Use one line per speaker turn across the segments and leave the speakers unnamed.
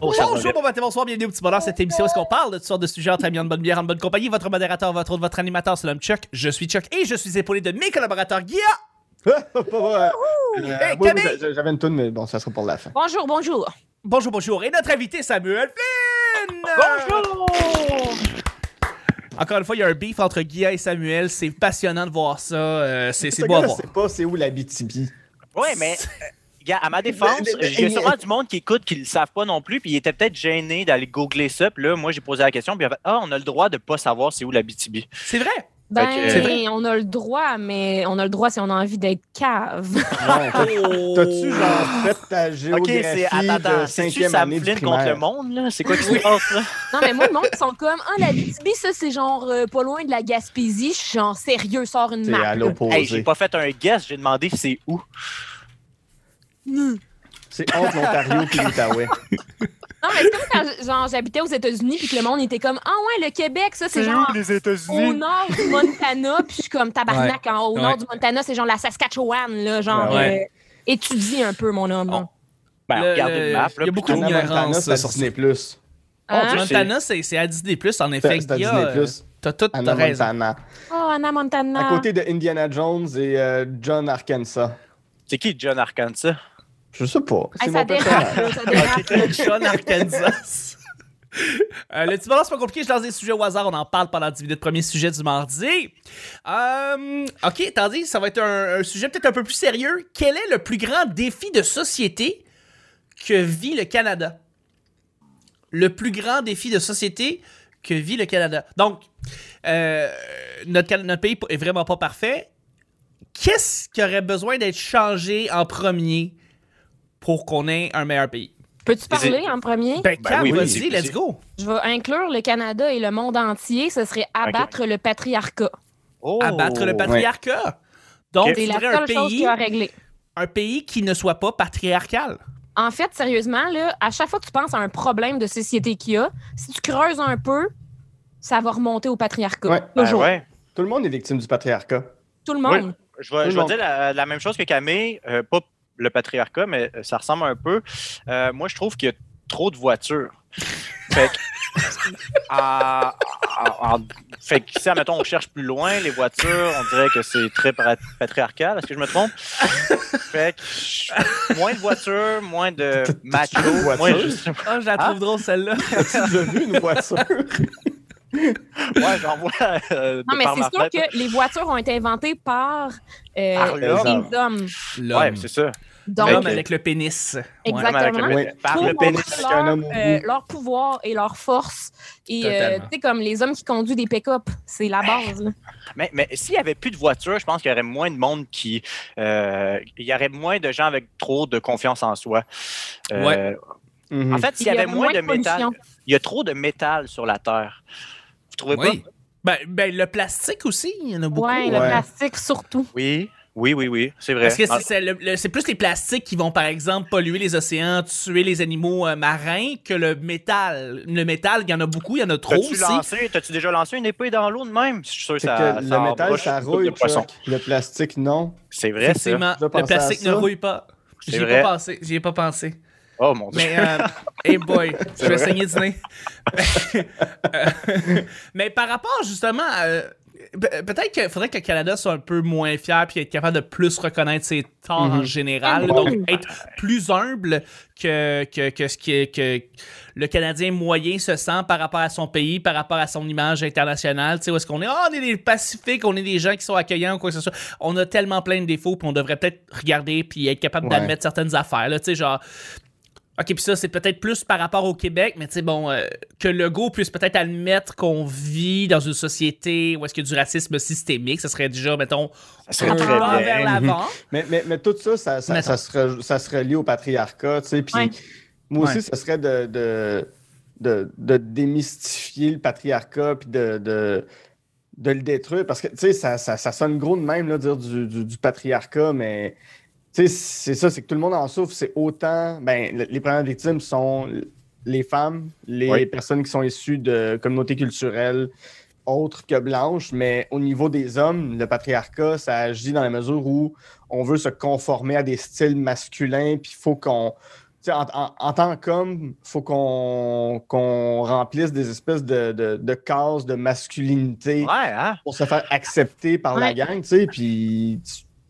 Bonjour, bon matin, bonsoir, bienvenue au petit bonheur. Cette émission, où est-ce qu'on parle de toutes sortes de sujets entre amis, en bonne bière, en bonne compagnie? Votre modérateur, votre autre, votre animateur, c'est l'homme Chuck. Je suis Chuck et je suis épaulé de mes collaborateurs, Guilla.
Pas vrai. Euh,
Hey,
moi,
Camille!
j'a- J'avais une toune, mais bon, ça sera pour la fin.
Bonjour, bonjour.
Bonjour, bonjour. Et notre invité, Samuel Flynn.
Bonjour!
Encore une fois, il y a un beef entre Guilla et Samuel. C'est passionnant de voir ça. Euh, c'est
Ce
c'est beau à
gars-là
voir.
sait pas c'est où la BTB.
Ouais, mais euh, gars, à ma défense,
Mais- mais-
il y a sûrement du monde qui écoute qui le savent pas non plus, puis il était peut-être gêné d'aller googler ça. Puis là, moi, j'ai posé la question, puis il a fait Ah, on a le droit de pas savoir c'est où la BTB.
C'est vrai.
Ben,
Fait que-
C'est vrai.
on a le droit, mais on a le droit si on a envie d'être cave.
Oh!
T'as-tu genre fait ta
Oh. Ok,
géographie
c'est. Attends,
de
attends, c'est-tu
cinquième
Sam
année du
Flynn contre le
primaire?
monde, là C'est quoi qui se passe, là
non, mais moi, le monde, ils sont comme, ah, la BTB, ça, c'est genre euh, pas loin de la Gaspésie. Je suis genre sérieux, sors une
C'est à
map. là.
Hey, j'ai
l'opposé.
pas fait un guess, j'ai demandé c'est où.
C'est entre l'Ontario et l'Outaouais.
Non, mais c'est comme quand genre, j'habitais aux États-Unis, puis que le monde était comme, ah ouais, le Québec, ça, c'est genre
les
au
États-Unis
nord du Montana, puis je suis comme tabarnak, en- au
Ouais.
nord du Montana, c'est genre la Saskatchewan, là, genre.
Ouais.
euh, étudie un peu, mon homme.
Oh. Ben,
Le-
regarde
le-
une map, là.
il y a beaucoup
plutôt.
de- Ignorance,
Montana, c'est à
sur-
Disney+. Plus.
oh,
Hein?
Dieu.
Montana, c'est c'est à Disney+, en effet,
Ah, C'est à
Guilla.
Disney+.
euh,
Plus.
T'as tout
Anna
t'as raison.
Montana.
Oh, Anna Montana.
À côté de Indiana Jones et euh, John Arkansas.
C'est qui John Arkansas
Je sais pas.
Ah,
Hey,
C'est
ça
mon
dérape,
personnage.
là, ça dérape.
John Arkansas. Euh, le petit bonheur, c'est pas compliqué. Je lance des sujets au hasard. On en parle pendant 10 minutes. Premier sujet du mardi. Euh, ok, tandis, ça va être un, un sujet peut-être un peu plus sérieux. Quel est le plus grand défi de société que vit le Canada? Le plus grand défi de société que vit le Canada. Donc, euh, notre, can- notre pays est vraiment pas parfait. Qu'est-ce qui aurait besoin d'être changé en premier pour qu'on ait un meilleur pays?
Peux-tu parler en premier?
Ben,
Ben
Cam,
oui,
vas-y,
vas-y,
let's
vas-y.
go.
Je vais inclure le Canada et le monde entier. Ce serait abattre le patriarcat.
Oh.
Abattre le patriarcat. Donc,
Ok.
tu
C'est la
voudrais un
seule chose qu'il y
pays,
a à régler.
un pays qui ne soit pas patriarcal.
En fait, sérieusement, là, à chaque fois que tu penses à un problème de société qu'il y a, si tu creuses un peu, ça va remonter au patriarcat.
Ouais.
Ben
Toujours.
ouais.
Tout le monde est victime du patriarcat.
Tout le monde.
Je vais,
Tout
je vais
le monde.
dire la, la même chose que Camille, euh, pas le patriarcat, mais euh, ça ressemble un peu. Euh, moi, je trouve qu'il y a trop de voitures. Fait que, Ah, ah, ah, fait que si, admettons, on cherche plus loin les voitures, on dirait que c'est très pra- patriarcal. Est-ce que je me trompe? Fait que moins de voitures, moins de machos.
trouves voitures?
moins juste-
Ah, je la trouve drôle, celle-là.
As-tu déjà vu une voiture?
Ouais, j'en vois. euh, de
Non, mais
par ma
c'est sûr
fenêtre.
que les voitures ont été inventées par euh,
Par l'homme.
les hommes.
Ouais, c'est ça.
Donc,
L'homme
Fait que-
avec le pénis. Ouais.
Comme avec le-
exactement.
Ouais.
par
pour
le
montrer
pénis.
pénis qu'un
leur,
homme a
euh,
voulu.
leur pouvoir et leur force. Et euh,
Totalement.
tu sais, comme les hommes qui conduisent des pick-up, c'est
Ben,
la base. là.
Mais, mais s'il n'y avait plus de voitures, je pense qu'il y aurait moins de monde qui. euh, il y aurait moins de gens avec trop de confiance en soi. Euh,
Ouais.
Mhm.
En fait, s'il y avait moins de métal,
pollution.
il y a trop de métal sur la Terre. Vous trouvez
Oui.
pas?
Ben, ben, le plastique aussi, il y en a beaucoup.
Ouais, le
ouais.
plastique surtout.
Oui, oui, oui, oui, c'est vrai.
Parce que c'est- c'est le- le- c'est plus les plastiques qui vont, par exemple, polluer les océans, tuer les animaux euh, marins que le métal. Le métal, il y en a beaucoup, il y en a trop
T'as-tu
aussi.
lancé- t'as-tu déjà lancé une épée dans l'eau de même? Je suis sûr que
C'est
ça,
que
ça
le métal,
embroche
ça
une coupe de
rouille,
poisson.
Chuck. Le plastique, non.
C'est vrai, ça.
Effectivement,
Je
le
pensais à
plastique ne
ça.
rouille pas. J'y
C'est
ai
vrai.
pas pensé. J'y ai pas pensé.
Oh mon Dieu.
Mais, euh, hey boy, je
C'est
vais
vrai.
saigner du nez. Euh, mais par rapport justement à. pe- Peut-être qu'il faudrait que le Canada soit un peu moins fier puis être capable de plus reconnaître ses torts en général.
Mhm.
Donc, être plus humble que, que, que ce que, que le Canadien moyen se sent par rapport à son pays, par rapport à son image internationale. Tu sais, où est-ce qu'on est? Ah, on est des pacifiques, on est des gens qui sont accueillants ou quoi que ce soit. On a tellement plein de défauts puis on devrait peut-être regarder puis être capable
Ouais.
d'admettre certaines affaires. là. Tu sais, genre, OK, puis ça, c'est peut-être plus par rapport au Québec, mais tu sais, bon, euh, que Legault puisse peut-être admettre qu'on vit dans une société où est-ce qu'il y a du racisme systémique, ce serait déjà, mettons,
ça
un
serait très
pas
bien.
vers l'avant.
Mais, mais, mais tout ça, ça, ça,
Mettons.
ça, se, re- ça se relie au patriarcat, tu sais. Puis
Ouais.
moi
Ouais.
aussi, ce serait de, de, de, de démystifier le patriarcat puis de, de, de le détruire. Parce que, tu sais, ça, ça, ça sonne gros de même, là, dire du, du, du patriarcat, mais... Tu sais, c'est ça, c'est que tout le monde en souffre. C'est autant... Ben, le- les premières victimes sont les femmes, les
Oui.
personnes qui sont issues de communautés culturelles autres que blanches, mais au niveau des hommes, le patriarcat, ça agit dans la mesure où on veut se conformer à des styles masculins, puis il faut qu'on... tu tu sais, en, en- en tant qu'homme, il faut qu'on qu'on remplisse des espèces de, de- de cases de masculinité
Ouais, hein?
pour se faire accepter par la
Ouais.
gang, tu sais, puis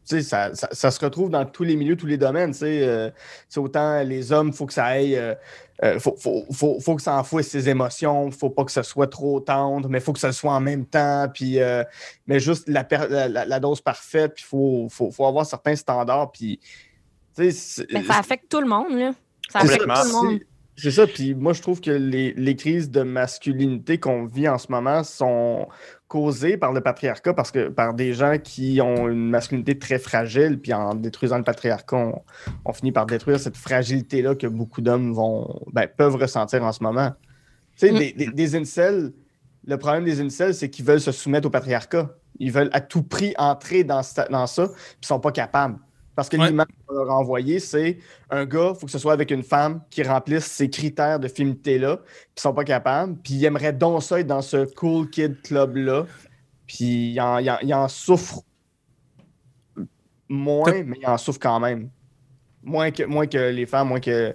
tu sais, ça, ça- ça se retrouve dans tous les milieux, tous les domaines, tu sais, euh, tu sais, autant les hommes, faut que ça aille, euh, euh, faut, faut, faut, faut que ça enfouisse ses émotions, faut pas que ce soit trop tendre, mais faut que ce soit en même temps, puis euh, mais juste la, per- la, la- la dose parfaite, puis faut, faut, faut avoir certains standards, puis tu sais, c'est-
Mais Ben, ça affecte tout le monde, là. Ça
c'est
affecte tout
Complètement.
le monde.
c'est- C'est ça, puis moi je trouve que les, les crises de masculinité qu'on vit en ce moment sont causées par le patriarcat, parce que par des gens qui ont une masculinité très fragile, puis en détruisant le patriarcat, on, on finit par détruire cette fragilité-là que beaucoup d'hommes vont ben, peuvent ressentir en ce moment. Tu sais,
Mm.
des, des, des incels, le problème des incels, c'est qu'ils veulent se soumettre au patriarcat. Ils veulent à tout prix entrer dans, ce- dans ça, puis ils sont pas capables. Parce que
Ouais.
l'image qu'on leur a envoyée, c'est un gars, il faut que ce soit avec une femme qui remplisse ces critères de féminité-là, puis ils sont pas capables, puis ils aimeraient donc ça être dans ce cool kid club-là, puis ils en, ils en- ils en souffrent moins, mais ils en souffrent quand même. Moins que, moins que les femmes, moins que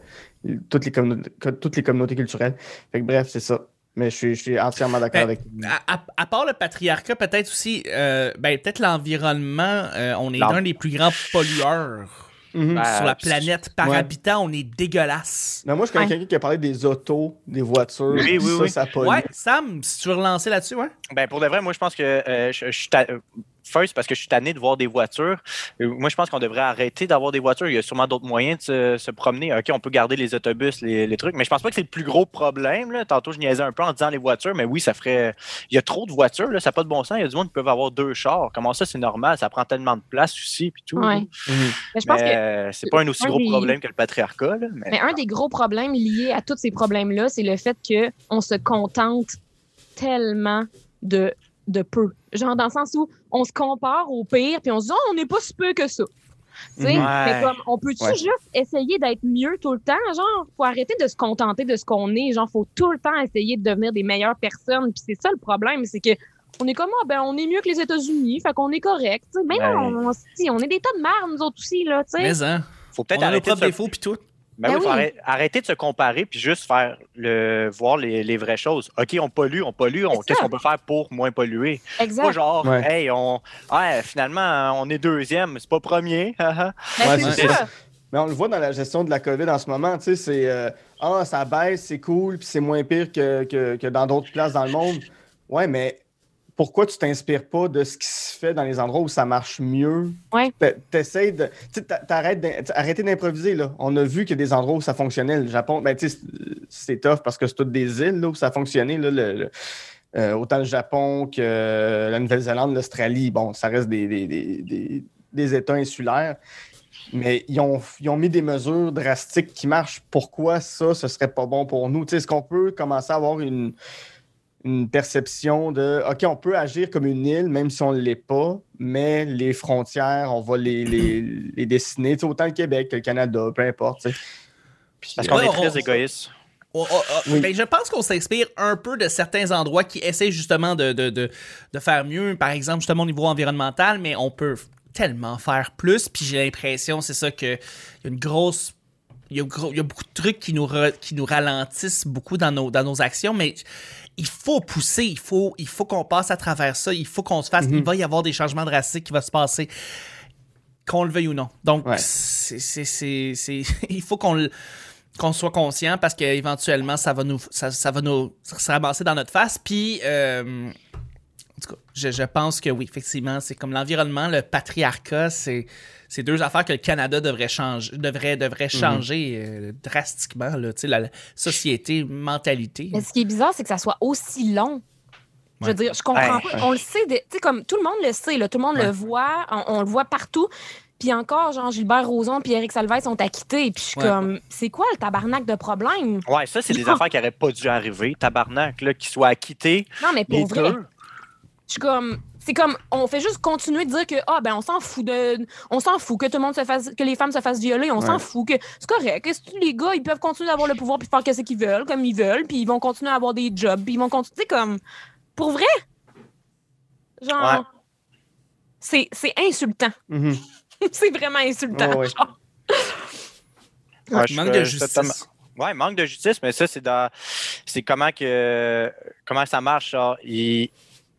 toutes les, communautés- toutes les communautés culturelles. Fait que bref, c'est ça. Mais je suis, je suis entièrement d'accord
Ben,
avec.
À, à- à part le patriarcat, peut-être aussi, euh, ben, peut-être l'environnement, euh, on est
L'en-
l'un des plus grands pollueurs
Mhm.
Ben,
sur la
c'est-
planète. Par
ouais.
habitant, on est dégueulasse.
Mais moi, je connais
Ouais.
quelqu'un qui a parlé des autos, des voitures.
Oui, oui,
ça,
oui.
ça pollue.
Ouais, Sam, si tu veux relancer là-dessus, ouais.
Ben, pour de vrai, moi, je pense que euh, je, je suis ta- euh, First, parce que je suis tanné de voir des voitures. Euh, Moi, je pense qu'on devrait arrêter d'avoir des voitures. Il y a sûrement d'autres moyens de se, se promener. OK, on peut garder les autobus, les, les trucs, mais je pense pas que c'est le plus gros problème. là. Tantôt, je niaisais un peu en disant les voitures, mais oui, ça ferait. Il y a trop de voitures, là, ça n'a pas de bon sens. Il y a du monde qui peuvent avoir deux chars. Comment ça, c'est normal? Ça prend tellement de place aussi, puis tout.
Ouais.
Mhm.
Mais je pense
mais
que
euh, c'est pas un aussi
un
gros
des-
problème que le patriarcat. là, mais-
mais un des gros problèmes liés à tous ces problèmes-là, c'est le fait que on se contente tellement de, de peu. Genre, dans le sens où on se compare au pire, puis on se dit, oh, on n'est pas si peu que ça. Tu sais,
Mhm.
Ouais.
mais comme, on peut-tu
Ouais.
juste essayer d'être mieux tout le temps? Genre, faut arrêter de se contenter de ce qu'on est. Genre, faut tout le temps essayer de devenir des meilleures personnes. Puis c'est ça le problème, c'est que on est comme, ah, ben, on est mieux que les États-Unis, fait qu'on est correct. Tu sais, mais non, on, si, on est des tas de marre, nous autres aussi, là, tu sais.
Mais hein,
faut
on
peut-être
a nos
arrêter de
propres
se
défauts puis tout.
Ben
Ben
oui, faut
oui.
arrêt- arrêter de se comparer puis juste faire le voir les, les vraies choses. OK, on pollue, on pollue, on-
C'est ça.
qu'est-ce qu'on peut faire pour moins polluer?
Exact.
Pas genre,
Ouais.
hey, on, ouais, finalement, on est deuxième, c'est pas premier. hein, haha.
Ben,
Ouais,
c'est
c'est
ça.
ça. Mais on le voit dans la gestion de la COVID en ce moment, tu sais, c'est euh, Ah, ça baisse, c'est cool, puis c'est moins pire que, que- que dans d'autres places dans le monde. Ouais, mais pourquoi tu t'inspires pas de ce qui se fait dans les endroits où ça marche mieux?
Ouais.
T'a- T'essayes de. Tu sais, t'a- t'arrêtes d'in- t'sais, arrêtez d'improviser, là. On a vu qu'il y a des endroits où ça fonctionnait. Le Japon, ben, tu sais, c'est- c'est tough parce que c'est toutes des îles, là, où ça a fonctionné, là. le- le- euh, autant le Japon que euh, la Nouvelle-Zélande, l'Australie, bon, ça reste des- des- des- des, des États insulaires. Mais ils ont, ils ont mis des mesures drastiques qui marchent. Pourquoi ça, ce serait pas bon pour nous? Tu sais, Est-ce qu'on peut commencer à avoir une, une perception de OK, on peut agir comme une île, même si on ne l'est pas, mais les frontières, on va les, les, les dessiner. Tu sais, autant le Québec que le Canada, peu importe. tu sais. Puis,
Parce qu'on
Ouais,
est
on-
très égoïste.
Oh, oh, oh.
Oui.
Ben, je pense qu'on s'inspire un peu de certains endroits qui essaient justement de, de, de, de faire mieux, par exemple justement au niveau environnemental, mais on peut tellement faire plus. Puis j'ai l'impression, c'est ça, qu'il y a une grosse... Il y, a gros- il y a beaucoup de trucs qui nous, ra- qui nous ralentissent beaucoup dans nos, dans nos actions, mais il faut pousser, il faut, il faut qu'on passe à travers ça, il faut qu'on se fasse,
Mhm.
il va y avoir des changements drastiques qui vont se passer, qu'on le veuille ou non. Donc,
Ouais.
c'est, c'est, c'est, c'est- il faut qu'on le qu'on soit conscient parce qu'éventuellement, ça va nous ça, ça va nous se ramasser dans notre face. Puis, euh, en tout cas, je, je pense que oui, effectivement, c'est comme l'environnement, le patriarcat, c'est c'est deux affaires que le Canada devrait changer, devrait, devrait
Mhm.
changer euh, drastiquement, là, tu sais, la, la société, mentalité.
Mais ce qui est bizarre, c'est que ça soit aussi long. Je veux
Ouais.
dire, je comprends
Ouais.
pas. On le sait, de- tu sais, comme tout le monde le sait, là, tout le monde
Ouais.
le voit, on, on le voit partout. Puis encore, genre, Gilbert Rozon puis Eric Salvay sont acquittés. Puis je suis
Ouais.
comme, c'est quoi le tabarnak de problème?
Ouais, ça, c'est des
Non.
affaires qui n'auraient pas dû arriver. Tabarnak, là, qui soient acquittés.
Non, mais
Les
pour vrai,
deux.
je suis comme, c'est comme, on fait juste continuer de dire que, ah, ben, on s'en fout de, on s'en fout que tout le monde se fasse, que les femmes se fassent violer, on s'en
Ouais.
fout que, c'est correct, que c'est- les gars, ils peuvent continuer d'avoir le pouvoir puis faire que ce qu'ils veulent, comme ils veulent, puis ils vont continuer à avoir des jobs, puis ils vont continuer, tu sais, comme, pour vrai? Genre,
Ouais.
c'est c'est insultant.
Mhm.
c'est vraiment insultant.
Ouais, ouais.
genre.
Ouais, je
Il manque
suis,
de
euh, totalement-
justice.
Ouais, manque de justice, mais ça, c'est dans. C'est comment que comment ça marche. genre. Il,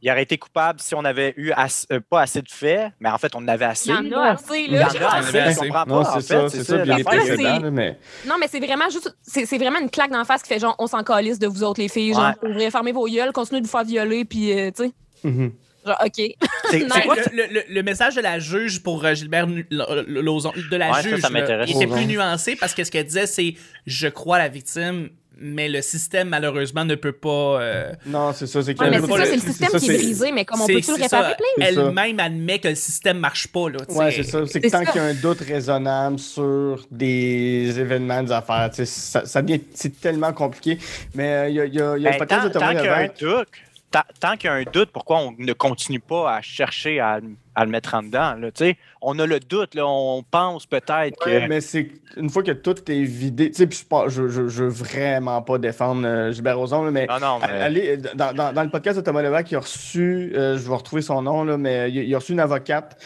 il aurait été coupable si on avait eu ass- euh, pas assez de faits, mais en fait, on en avait assez.
Il y en a assez, là.
Il y en a assez,
Il y en a
je comprends
Non,
pas, en
Ben, c'est
fait,
ça, c'est ça. puis les
l'affaire,
c'est-
précédents, là, mais.
Non, mais c'est vraiment juste. C'est c'est vraiment une claque d'en face qui fait genre, on s'en calisse de vous autres, les filles. Genre,
Ouais.
pour vrai, fermez vos gueules, continuez de vous faire violer, puis, euh, tu sais.
Mhm.
Genre, OK.
c'est-
Non,
c'est
Fait
quoi
que
ça?
le, le- le message de la juge pour euh, Gilbert Nu- L- L- Lozon, de la
Ouais, ça,
juge,
ça
là,
m'intéresse.
il était plus
Lozon.
nuancé parce que ce qu'elle disait, c'est je crois la victime, mais le système malheureusement ne peut pas. euh,
Non, c'est ça,
Ouais,
c'est
Ouais,
clair.
mais
veut
c'est
pas
ça,
le-
c'est le système
ça,
qui est
c'est-
brisé, mais comme on
c'est-
peut-tu
c'est
le
ça,
réparer, please?
please?
Elle-même admet que le système marche pas là. tu
Ouais,
sais.
c'est ça. C'est que
C'est
tant
ça.
qu'il y a un doute raisonnable sur des événements, des affaires, tu sais, ça, ça devient c'est tellement compliqué. Mais euh, il y a, il y a, il y a
Ben,
le podcast
tant
de
tant
Thomas
qu'il y a un
Levesque.
doute, tant, tant qu'il y a un doute, pourquoi on ne continue pas à chercher à, à le mettre en dedans? Là, tu sais? on a le doute, là, on pense peut-être
Ouais,
que.
Mais c'est une fois que tout est vidé, tu sais, puis je, suis pas- je, je, je veux vraiment pas défendre euh, Gilbert Rozon, là, mais
Ah Non, non, mais-
Allez, euh, dans, dans- dans le podcast de Thomas Levac, il a reçu, euh, je vais retrouver son nom, là, mais il, il a reçu une avocate.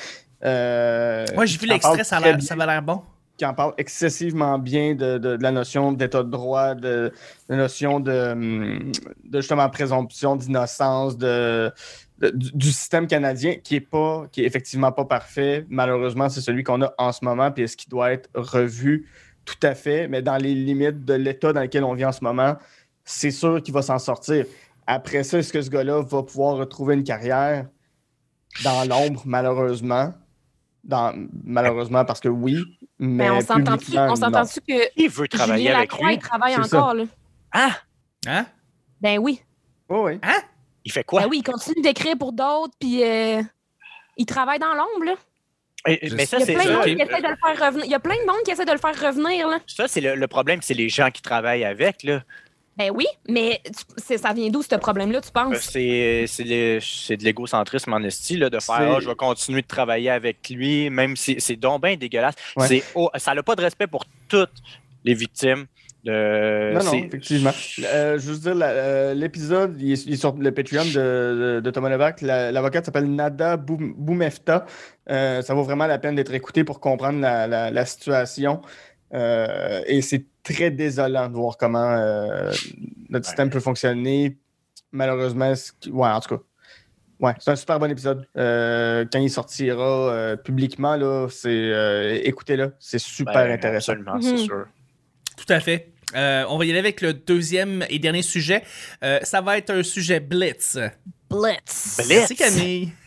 euh,
Moi, j'ai vu
qui en
l'extrait,
parle
ça, a
très
l'air-
bien,
ça va l'air bon.
Qui en parle excessivement bien de, de- de la notion d'état de droit, de la notion de, hum, de justement présomption d'innocence, de, de- du, du système canadien qui est pas, qui est effectivement pas parfait. Malheureusement, c'est celui qu'on a en ce moment, puis est-ce qui doit être revu tout à fait, mais dans les limites de l'état dans lequel on vit en ce moment, c'est sûr qu'il va s'en sortir. Après ça, est-ce que ce gars-là va pouvoir retrouver une carrière dans l'ombre, malheureusement? Dans, malheureusement, parce que oui, mais.
Mais Ben, on s'entend-tu
publiquement,
on
non.
s'entend-tu que
Qui veut travailler
Julien
avec
Lacroix,
lui?
il travaille
C'est ça.
encore, là?
Ah!
Hein?
Ben oui.
Oui, oui.
Il fait quoi?
Ben oui, il continue d'écrire pour d'autres, puis euh, il travaille dans l'ombre, là.
Et- et-
Je
Eh, mais ça,
Il y a
c'est
plein de
ça.
monde
ok.
qui essaie de le faire revenir. Il y a plein de monde qui essaie de le faire revenir, là.
Ça, c'est le, le problème, c'est les gens qui travaillent avec. Là.
Ben oui, mais tu- c'est- ça vient d'où, ce problème-là, tu
Euh,
penses?
C'est, c'est, le- c'est de l'égocentrisme en esti là, de faire
C'est-
Ah, je vais continuer de travailler avec lui, même si c'est donc bien dégueulasse.
Ouais.
C'est, oh, ça n'a pas de respect pour toutes les victimes. De,
Non, non,
c'est-
effectivement. Euh, je veux dire, la- euh, l'épisode, il, est- il est sur le Patreon de, de- de Thomas Levac. La- L'avocate s'appelle Nada Boum- Boumefta. Euh, ça vaut vraiment la peine d'être écouté pour comprendre la, la- la situation. Euh, et c'est très désolant de voir comment euh, notre système peut fonctionner. Malheureusement, ce qui- ouais, en tout cas. Ouais, c'est un super bon épisode. Euh, quand il sortira euh, publiquement, là, c'est euh, écoutez-le. C'est
Ben,
super intéressant.
Absolument, c'est
Mhm.
sûr.
Tout à fait. Euh, on va y aller avec le deuxième et dernier sujet. Euh, ça va être un sujet blitz.
Blitz.
Blitz.
Merci Camille.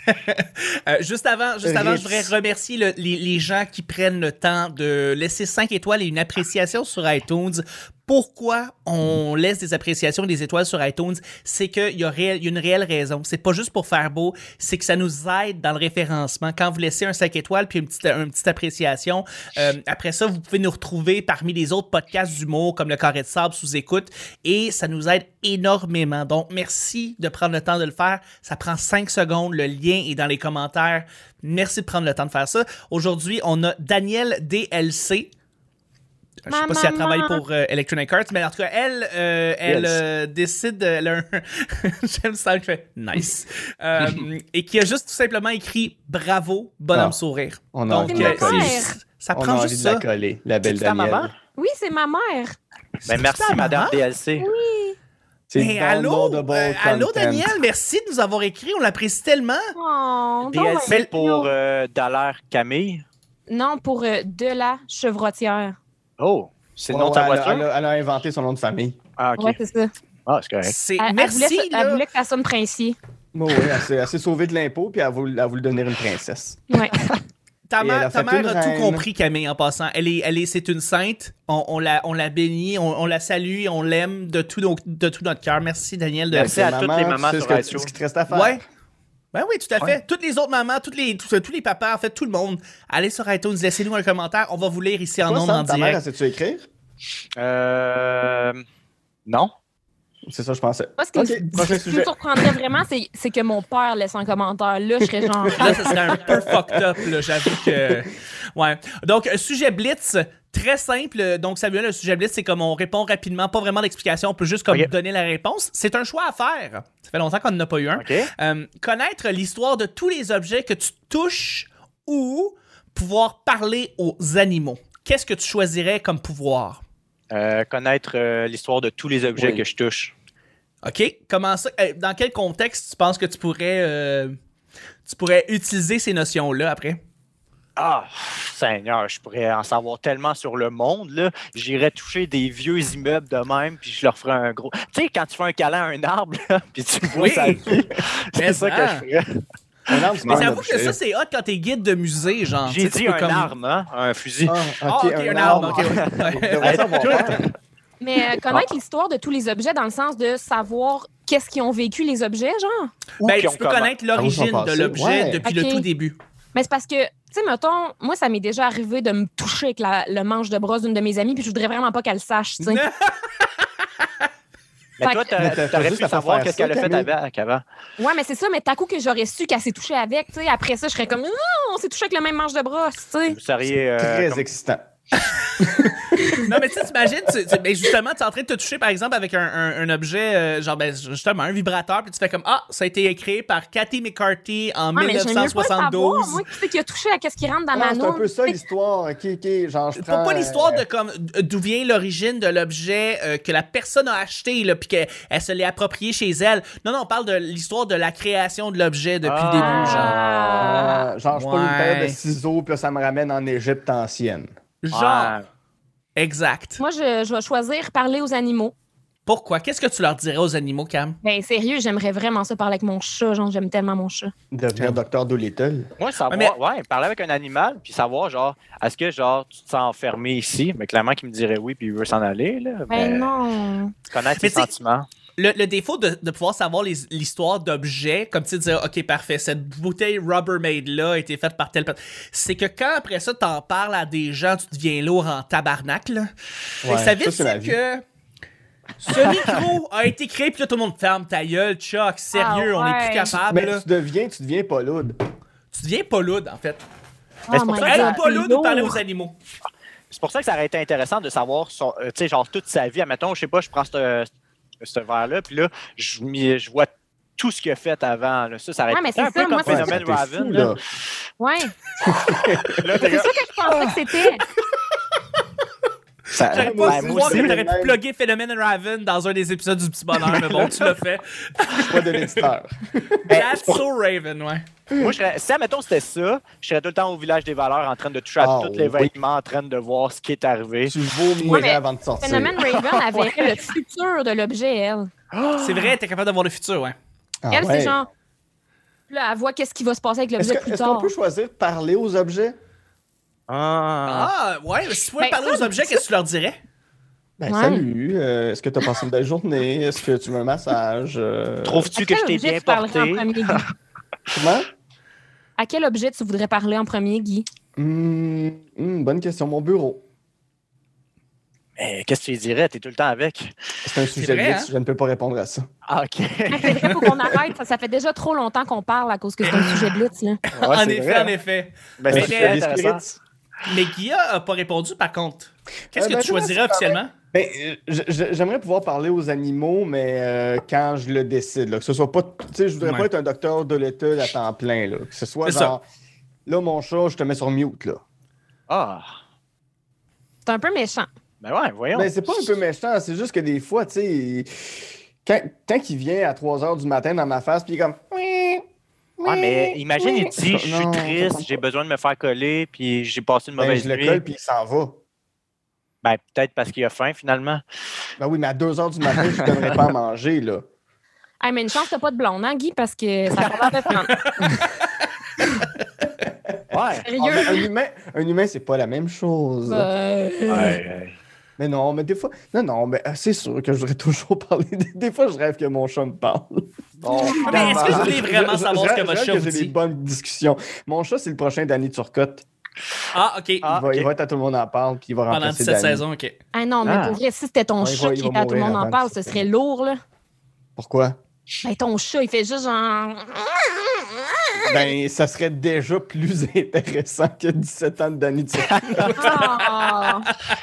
Euh, juste avant, juste avant,
Ritz.
je voudrais remercier le- les, les gens qui prennent le temps de laisser 5 étoiles et une appréciation sur iTunes. Pourquoi on laisse des appréciations et des étoiles sur iTunes, c'est qu'il y, a réel- il y a une réelle raison. C'est pas juste pour faire beau, c'est que ça nous aide dans le référencement. Quand vous laissez un 5 étoiles puis une petite, une petite appréciation, euh, après ça, vous pouvez nous retrouver parmi les autres podcasts d'humour comme Le Carré de Sable sous écoute et ça nous aide énormément. Donc, merci de prendre le temps de le faire. Ça prend 5 secondes. Le lien est dans les commentaires. Merci de prendre le temps de faire ça. Aujourd'hui, on a Daniel DLC. Je sais pas
Maman,
si elle travaille
maman.
pour euh, Electronic Arts, mais en tout cas, elle, euh, elle
Yes.
euh, décide, elle a un... j'aime ça, je fais nice, Euh, et qui a juste tout simplement écrit bravo, bonhomme
Ah.
sourire.
On a
Donc,
envie
de la
euh,
coller.
c'est- ça
On a
prend
envie
juste
de la
ça.
coller, la belle
C'est ta
Danielle.
maman?
Oui, c'est ma mère.
Ben, merci,
C'est ta
Madame
maman?
DLC.
C'est
Mais allô,
downloadable
euh, allô
content.
Daniel, merci de nous avoir écrit, on l'apprécie tellement.
Oh, donc,
DLC
ben,
pour euh, Dallaire Camille.
Non, pour euh, de la chevrotière.
Oh, c'est le
Ouais,
nom de ta
ouais, elle a-
voiture?
Elle a, elle a inventé son nom de famille.
Ah, OK.
Ouais, c'est ça.
Ah, c'est correct.
C'est
Elle, elle
merci.
voulait, elle
là.
voulait que ça sonne princier.
Oui, elle s'est- elle s'est sauvée de l'impôt, puis elle voulu elle voulu devenir une princesse.
Ouais.
Ta
Et elle
mère,
a
ta
fait
mère
une
a tout
reine.
compris Camille en passant. Elle est, elle est, c'est une sainte. On, on la, on la bénit, on, on la salue, on l'aime de tout, nos- de tout notre cœur. Merci Daniel de.
Merci. à toutes les mamans
c'est ce,
sur
que-
Radio.
ce qui te reste à faire.
Ouais. Ben oui, tout à fait.
Ouais.
Toutes les autres mamans, toutes les, tous, tous les papas, en fait, tout le monde, allez sur iTunes, laissez-nous un commentaire. On va vous lire ici en
Toi,
nombre
Sam,
en
ta mère, elle
direct.
sait-tu écrire?
Euh, non?
C'est ça, je pensais.
Moi, ce qui me-
Ok, prochain
ce qui me
sujet.
surprendrait vraiment, c'est c'est que mon père laisse un commentaire. Là, je serais genre. ah,
Là, ça serait un peu fucked up, là, j'avoue que. Ouais. Donc, euh, sujet blitz, très simple. Donc, Samuel, le sujet blitz, c'est comme on répond rapidement, pas vraiment d'explication, on peut juste comme
Ok.
donner la réponse. C'est un choix à faire. Ça fait longtemps qu'on n'en a pas eu un.
OK.
Euh, connaître l'histoire de tous les objets que tu touches ou pouvoir parler aux animaux. qu'est-ce que tu choisirais comme pouvoir?
Euh, connaître euh, l'histoire de tous les objets
Oui.
que je touche.
OK. Comment ça? euh, Dans quel contexte tu penses que tu pourrais, euh, tu pourrais utiliser ces notions-là après?
Ah, Seigneur, je pourrais en savoir tellement sur le monde. là. J'irais toucher des vieux immeubles de même, puis je leur ferais un gros. Tu sais, quand tu fais un câlin à un arbre, là, puis tu le vois,
Oui.
ça vit,
Mais
C'est ça que
ça.
je ferais.
Un arbre, c'est
Mais
pas un
j'avoue que
objet.
ça, c'est hot quand t'es guide de musée, genre.
J'ai
Tu sais, tu
dit
peux
un
comme-
arme, hein, un fusil.
Ah,
Ah,
ok, un arbre. ok,
On
ouais.
devrait savoir faire.
Mais euh, connaître l'histoire de tous les objets dans le sens de savoir qu'est-ce qu'ils ont vécu les objets, genre.
Ou
Ben,
qui ont
tu peux
comment-
connaître
Ah,
l'origine
où sont
de
passés?
l'objet
Ouais.
depuis
Ok.
le tout début.
Mais c'est parce que, tu sais, mettons, moi, ça m'est déjà arrivé de me toucher avec la- le manche de brosse d'une de mes amies, puis je voudrais vraiment pas qu'elle sache, tu sais.
Mais toi,
Mais
t'as-
t'as
t'aurais
fait
pu
juste
savoir
faire
qu'est-ce
ça,
qu'elle a fait
Camille.
avec avant.
Ouais, mais c'est ça, mais t'as coup que j'aurais su qu'elle s'est touchée avec, tu sais. Après ça, je serais comme, non, on s'est touché avec le même manche de brosse, tu sais.
Vous seriez. euh,
Très
comme-
excitant.
Non, mais tu sais, t'imagines, tu- tu- ben, justement, tu es en train de te toucher, par exemple, avec un, un- un objet, euh, genre, ben, justement, un vibrateur, puis tu fais comme Ah, ça a été créé par Cathy McCarthy en
Ouais, mais j'aime mieux pas savoir,
1972.
moi, qui c'est qui a touché à qu'est-ce qui rentre dans
Ah,
ma
c'est un
note.
peu ça l'histoire. Ok, ok. Genre, je
Pas-
prends,
pas l'histoire
euh,
de comme d'où vient l'origine de l'objet euh, que la personne a acheté là puis qu'elle elle se l'est approprié chez elle. Non non, on parle de l'histoire de la création de l'objet depuis le début genre.
Ah.
Ah, genre, je prends une paire
Ouais.
de ciseaux, puis là, ça me ramène en Égypte ancienne.
Genre
Ouais.
exact.
Moi, je, je vais choisir parler aux animaux.
Pourquoi Qu'est-ce que tu leur dirais aux animaux Cam
Ben, sérieux, j'aimerais vraiment ça parler avec mon chat, genre, j'aime tellement mon chat.
Devenir docteur Doolittle.
Moi, savoir,
Ouais,
ouais, parler avec un animal, puis savoir, genre, est-ce que, genre, tu te sens enfermé ici? Mais clairement, qu'il me dirait oui, puis il veut s'en aller, là.
Ben,
mais
non.
Connaître
Mais
ses
t'sais-
sentiments.
le, le défaut de, de pouvoir savoir les- l'histoire d'objets, comme tu sais, dire, OK, parfait, cette bouteille Rubbermaid-là a été faite par telle personne, c'est que quand après ça, t'en parles à des gens, tu deviens lourd en tabarnak, là. Fait que
Ouais,
ça
ça,
veut
c'est ma
dire
vie.
que ce micro a été créé, puis là, tout le monde ferme ta gueule, Chuck, sérieux,
Ah
on est
ouais.
plus capable,
Mais
ben là.
tu deviens, tu deviens pas loud.
Tu deviens pas loud, en fait.
Mais c'est
Oh
pour
my
ça que-
God,
Être pas loud ou parler
lourd.
aux animaux.
C'est pour ça que ça aurait été intéressant de savoir, son- euh, tu sais, genre, toute sa vie. Admettons, je sais pas, je prends ce ce verre-là, puis là, je m'y- je vois tout ce qu'il a fait avant. là. Ça, ça aurait
Ouais, mais
été un
c'est
peu
ça,
comme
moi, c'est
Phénomène
ça.
Raven.
Fou,
là.
là.
Ouais.
Là, t'es
C'est
comme-
ça que je pensais que c'était.
ça-
J'aurais
ben,
pas
moi
pu croire
aussi,
que t'aurais pu
même.
plugger Phénomène Raven dans un des épisodes du Petit Bonheur, mais bon, tu l'as fait.
Je suis pas de l'éditeur.
Ben,
That's
c'est pour-
so Raven, ouais.
Moi, je serais, si, admettons, c'était ça, je serais tout le temps au village des valeurs en train de toucher à
Ah,
tous les
oui.
vêtements, en train de voir ce qui est arrivé.
tu vomis
Ouais, mais
avant de sortir.
Phénomène Raven avait le futur de l'objet, elle.
C'est vrai, t'es capable d'avoir le futur, ouais.
Ah
elle,
ouais.
c'est genre. Là, elle voit qu'est-ce qui va se passer avec
Est-ce
l'objet
que-
plus
est-ce
tard.
qu'on peut choisir parler aux objets?
Ah.
Ah, ouais, mais si tu pouvais
Ben,
parler
ça,
aux objets, qu'est-ce que tu leur dirais?
Ben,
Ouais.
salut, euh, est-ce que t'as passé une belle journée? Est-ce que tu veux un massage? Euh,
Trouves-tu que
À
je
quel
t'ai
objet
bien
tu parlerais
porté?
en premier, Guy?
Comment?
À quel objet tu voudrais parler en premier, Guy?
Hmm, hmm, bonne question. Mon bureau.
Mais qu'est-ce que tu lui dirais? T'es tout le temps avec.
C'est un sujet
vrai,
de luxe,
hein?
je ne peux pas répondre à ça.
Ah, OK.
Ah, C'est vrai, faut qu'on arrête. Ça, ça fait déjà trop longtemps qu'on parle à cause que c'est un sujet de blitz. Là.
en effet, en effet.
Ben, c'est
Mais
Euh,
super
les
intéressant.
spirites.
Mais Guilla a pas répondu, par contre. Qu'est-ce
Euh,
que
ben,
tu
je vais
choisirais officiellement?
Ben, euh, je- je- j'aimerais pouvoir parler aux animaux, mais euh, quand je le décide, là, que ce soit pas, tu sais, je voudrais
Ouais.
pas être un docteur de l'étude à temps plein, là, que ce soit
C'est
genre, là mon chat, je te mets sur mute, là.
Ah,
C'est un peu méchant.
ben ouais, voyons.
Mais c'est pas un peu méchant, c'est juste que des fois, tu sais, quand, quand il vient à 3 h du matin dans ma face, puis il est comme, oui,
Ouais, Ah, mais
oui,
imagine,
oui.
il dit, je suis
Non,
triste, j'ai besoin de me faire coller, puis j'ai passé une
Ben,
mauvaise
je le
nuit.
colle, puis il s'en va.
Ben, peut-être parce qu'il a faim, finalement.
Ben oui, mais à 2 h du matin, je ne donnerais pas à manger, là.
Ah, mais une chance, t'as pas de blonde, hein, Guy, parce que ça va pas prendre.
Ouais.
Ah, ben,
Sérieux?
un humain, un humain c'est pas la même chose.
Bah.
Euh,
Ouais.
Mais non, mais des fois, non, non, mais euh, c'est sûr que je voudrais toujours parler. Des, des fois, je rêve que mon chat me parle. ben, bah,
Bon,
Ah, Mais est-ce que vous
finalement.
voulez vraiment
Je- je-
savoir
je-
ce que
je
votre
rêve
chat vous
J'ai des
dit?
bonnes discussions. Mon chat, c'est le prochain Danny Turcotte.
Ah, OK.
Il,
Ah,
va, il
ok.
va être à tout le monde en parle, puis il va
Pendant
remplacer
17
Danny.
saisons, OK.
Ah non, mais
Ah.
pour vrai, si c'était ton
Ouais, il
chat
va- il
qui
va
était à tout le
mourir
monde en
avant
parle,
de
ce
se
serait
faire.
lourd, là.
Pourquoi?
Ben, ton chat, il fait juste genre.
Ben, ça serait déjà plus intéressant que 17 ans de Danny Turcotte.
Ah!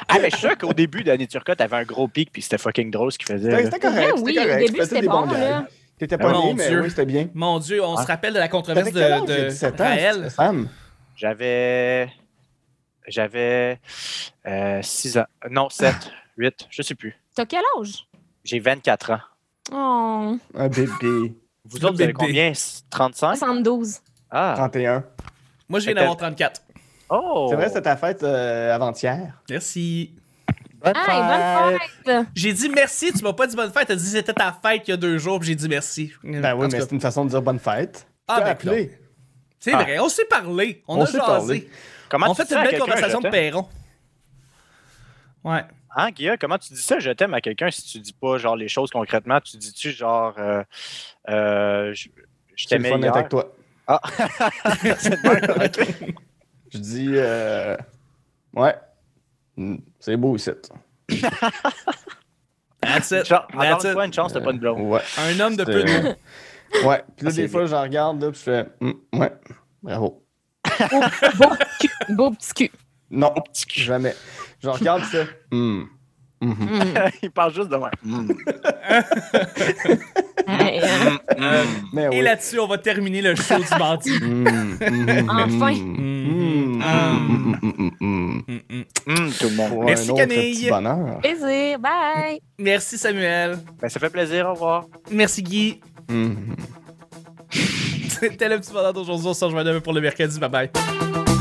Ah, mais je suis sûr qu'au début, Danny Turcotte avait un gros pic, puis c'était fucking drôle ce qu'il faisait. là.
Ben, C'était correct,
oui,
c'était
au
correct.
début,
Tu faisais
c'était
des bons
bon,
gags.
là.
T'étais
Ah,
pas
mon
né, mais
Dieu.
oui, c'était bien.
Mon Dieu, on
Ouais.
se rappelle de la controverse
T'avais quel âge,
de,
il y a
de
17 ans,
Raël.
Sam?
J'avais J'avais 6 ans. Non, 7, 8, je sais plus.
T'as quel âge?
J'ai 24 ans.
Oh,
Un bébé.
Vous
Le
autres, vous avez
bébé.
combien? 35?
72.
Ah!
31.
Moi, je viens
Fait que-
d'avoir 34.
Oh!
C'est vrai, c'était ta fête euh, avant-hier.
Merci.
Bonne
Ah, bonne fête!
J'ai dit merci, tu m'as pas dit bonne fête. T'as dit c'était ta fête il y a deux jours, puis j'ai dit merci.
Ben oui,
En tout
mais
cas.
c'est une façon de dire bonne fête.
Ah,
Tu as
ben,
appelé.
C'est
Ah.
vrai, on s'est parlé. On,
On
a
s'est
jasé.
parlé.
Comment tu
on fait
dis
une
à
belle
quelqu'un,
conversation
je
de
t'aime?
Perron. Ouais.
Hein, Guilla, comment tu dis ça, je t'aime à quelqu'un si tu dis pas genre les choses concrètement? Tu dis-tu genre euh, euh, je, je
C'est le
t'aimais
fun
hier?
d'être avec toi.
Ah.
Je dis, euh, ouais, Mm, c'est beau ici.
That's it.
Genre,
That's
encore une
it.
fois, une chance, t'as pas de blonde.
Ouais.
Un homme de
C'est-
peu de mots.
Ouais. Puis là,
Ah,
des
c'est
fois, j'en regarde, là, puis je fais, Mm, ouais, bravo.
Beau, beau petit cul. Beau petit cul.
Non, jamais. Je regarde ça. Mm. Mhm.
Mm.
Il parle juste de moi. Mm,
Hey, euh,
mm, mm.
Mais
Et
oui.
là-dessus, on va terminer le show du mardi.
Mm, mhm,
Enfin.
mm,
Mm.
mm, mm, mm, mm, mm, mm.
Mm, mm.
Mm, tout le monde.
Pour
Merci,
un autre
Camille.
petit bonheur.
Plaisir, bye!
Merci Samuel.
Ben, ça fait plaisir, au revoir.
Merci Guy.
Mhm.
C'était le petit bonheur d'aujourd'hui. On se rejoint demain pour le mercredi. Bye bye.